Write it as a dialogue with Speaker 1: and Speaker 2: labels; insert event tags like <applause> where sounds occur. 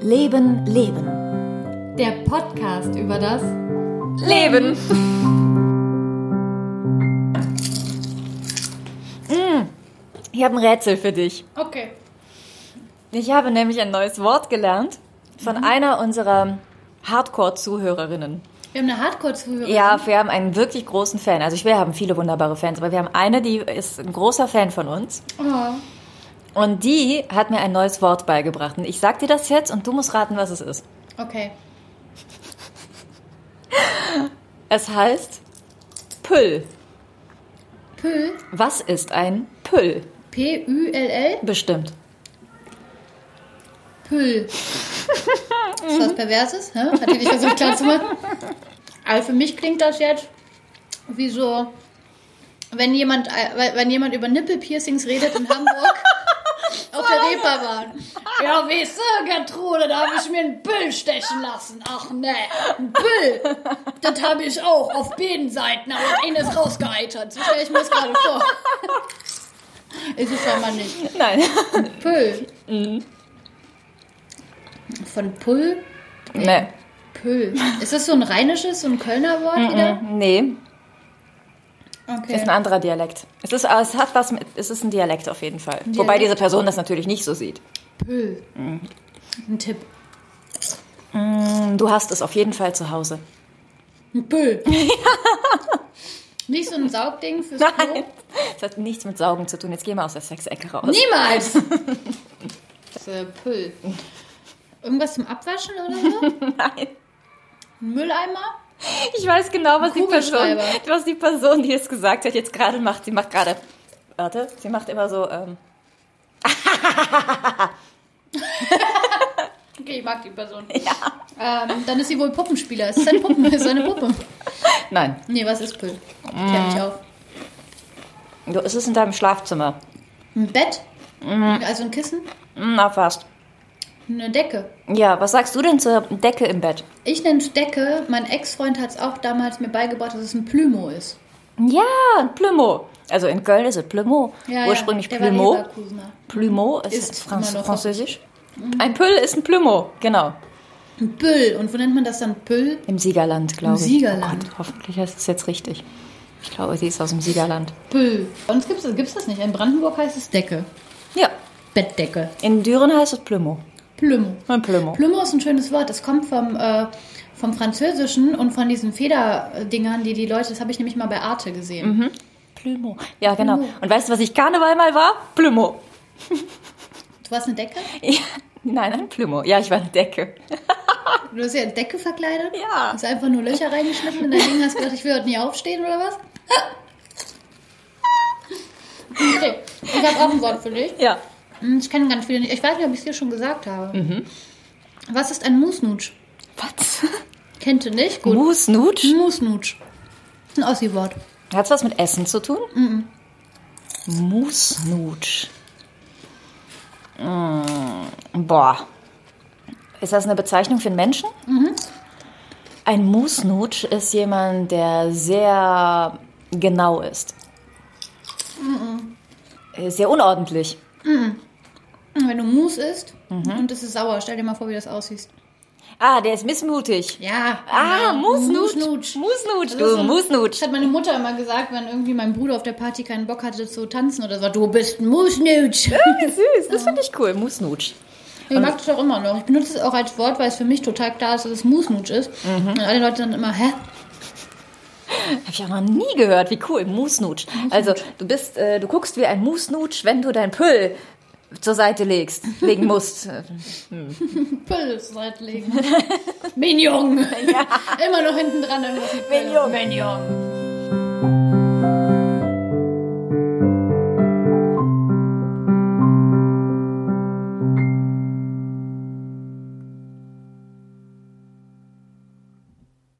Speaker 1: Leben, Leben.
Speaker 2: Der Podcast über das
Speaker 1: <laughs> Leben. Mm. Ich habe ein Rätsel für dich.
Speaker 2: Okay.
Speaker 1: Ich habe nämlich ein neues Wort gelernt von einer unserer Hardcore-Zuhörerinnen.
Speaker 2: Wir haben eine Hardcore-Zuhörerin.
Speaker 1: Ja, wir haben einen wirklich großen Fan. Also ich, wir haben viele wunderbare Fans, aber wir haben eine, die ist ein großer Fan von uns.
Speaker 2: Oh.
Speaker 1: Und die hat mir ein neues Wort beigebracht. Und ich sag dir das jetzt und du musst raten, was es ist.
Speaker 2: Okay.
Speaker 1: Es heißt Püll.
Speaker 2: Püll.
Speaker 1: Was ist ein Püll?
Speaker 2: P-Ü-L-L.
Speaker 1: Bestimmt.
Speaker 2: Püll. Ist was Perverses? Hä? Hat die dich versucht klar zu machen? Also für mich klingt das jetzt wie so, wenn jemand, äh, wenn jemand über Nippelpiercings redet in Hamburg auf der Reeperbahn. Ja, weißt du, Gertrude, da habe ich mir einen Büll stechen lassen. Ach ne, ein Büll. Das habe ich auch auf beiden Seiten, aber das eine ist rausgeeitert. So stelle ich mir das gerade vor. Ist es aber nicht.
Speaker 1: Nein.
Speaker 2: Püll. Mhm. Von Pull?
Speaker 1: <laughs> Nee.
Speaker 2: Püll. Ist das so ein rheinisches, so ein Kölner Wort wieder?
Speaker 1: Nee, ist
Speaker 2: Mhm. Okay.
Speaker 1: ein anderer Dialekt. Es ist, es hat was mit, es ist ein Dialekt auf jeden Fall. Wobei diese Person das natürlich nicht so sieht.
Speaker 2: Püll. Ein Tipp.
Speaker 1: Hm, Du hast es auf jeden Fall zu Hause.
Speaker 2: Ein <laughs> Püll. Nicht so ein Saugding fürs Klo?
Speaker 1: <laughs> Nein. Es hat nichts mit Saugen zu tun. Jetzt gehen wir aus der Sexecke raus.
Speaker 2: <laughs> Niemals! Das ist, äh, Püll. Irgendwas zum Abwaschen oder <laughs> so?
Speaker 1: Nein.
Speaker 2: Ein Mülleimer?
Speaker 1: <laughs> Ich weiß genau, was die, Person,
Speaker 2: Kugelschreiber.
Speaker 1: was die Person, die es gesagt hat, jetzt gerade macht. Sie macht gerade. Warte, sie macht immer so. Ähm,
Speaker 2: Okay, ich mag die Person. Ja. Ähm, dann ist sie wohl Puppenspieler. Es ist eine Puppe. Es ist eine Puppe.
Speaker 1: nein.
Speaker 2: Nee, was ist Püll? Klär mich auf.
Speaker 1: Du, es ist in deinem Schlafzimmer.
Speaker 2: Ein Bett? Also ein Kissen?
Speaker 1: Hm, Na, fast.
Speaker 2: Eine Decke.
Speaker 1: Ja, was sagst du denn zur Decke im Bett?
Speaker 2: Ich nenne es Decke. Mein Ex-Freund hat es auch damals mir beigebracht, dass es ein Plümo ist.
Speaker 1: Ja, ein Plümo. Also in Köln ist es Plümo. Ursprünglich
Speaker 2: der war
Speaker 1: Plümo.
Speaker 2: Leverkusener.
Speaker 1: Plümo ist,
Speaker 2: Ist
Speaker 1: Franz
Speaker 2: immer noch- Mhm.
Speaker 1: französisch. Ein Püll ist ein Plümo, genau.
Speaker 2: Ein Püll. Und wo nennt man das dann Püll?
Speaker 1: Im Siegerland, glaube ich.
Speaker 2: Siegerland.
Speaker 1: Oh Gott, hoffentlich heißt es jetzt richtig. Ich glaube, sie ist aus dem Siegerland.
Speaker 2: Püll. Bei uns gibt es gibt's das nicht. In Brandenburg heißt es Decke.
Speaker 1: Ja,
Speaker 2: Bettdecke.
Speaker 1: in Düren heißt es Plümo.
Speaker 2: Plümo.
Speaker 1: Ein Plümo.
Speaker 2: Plümo ist ein schönes Wort. Es kommt vom, äh, vom Französischen und von diesen Federdingern, die die Leute, das habe ich nämlich mal bei Arte gesehen.
Speaker 1: Mhm. Plümo. Ja, genau. Und weißt du, was ich Karneval mal war? Plümo.
Speaker 2: Du warst eine Decke?
Speaker 1: <laughs> Ja, nein, ein Plümo. Ja, ich war eine Decke.
Speaker 2: Du hast ja eine Decke verkleidet?
Speaker 1: Ja.
Speaker 2: Hast einfach nur Löcher reingeschnitten in dein Ding, hast gedacht, ich will heute nicht aufstehen oder was? Okay, ich habe auch ein Wort für dich.
Speaker 1: Ja.
Speaker 2: Hm, Ich kenne ganz viele nicht. Ich weiß nicht, ob ich es dir schon gesagt habe. Was ist ein Musnutsch?
Speaker 1: Was?
Speaker 2: Kennt ihr nicht? Gut.
Speaker 1: Musnutsch?
Speaker 2: Musnutsch. Ein Ossi-Wort.
Speaker 1: Hat's was mit Essen zu tun? Mhm. Musnutsch. Mm, boah. Ist das eine Bezeichnung für einen Menschen? Mhm. Ein Musnutsch ist jemand, der sehr genau ist. Mhm. Sehr unordentlich.
Speaker 2: Und Hm, Wenn du Mus isst und es ist sauer, stell dir mal vor, wie das aussieht.
Speaker 1: Ah, der ist missmutig.
Speaker 2: Ja.
Speaker 1: Ah,
Speaker 2: genau.
Speaker 1: Musnutsch.
Speaker 2: Musnutsch.
Speaker 1: Musnutsch,
Speaker 2: Das ist
Speaker 1: du
Speaker 2: so-
Speaker 1: Musnutsch.
Speaker 2: <laughs> Das hat meine Mutter immer gesagt, wenn irgendwie mein Bruder auf der Party keinen Bock hatte zu tanzen oder so. Du bist ein Musnutsch.
Speaker 1: Wie süß, das finde ich cool. Musnutsch.
Speaker 2: Ich mag das auch immer noch. Ich benutze es auch als Wort, weil es für mich total klar ist, dass es Musnutsch ist. Und alle Leute dann immer, hä?
Speaker 1: Habe ich auch noch nie gehört. Wie cool, Musnutsch. Also du bist, äh, du guckst wie ein Musnutsch, wenn du dein Püll zur Seite legst, legen musst.
Speaker 2: Pölz <laughs> reinlegen. Mignon. Immer noch hinten dran irgendwas. mit Pölz.
Speaker 1: Mignon.
Speaker 2: Mignon.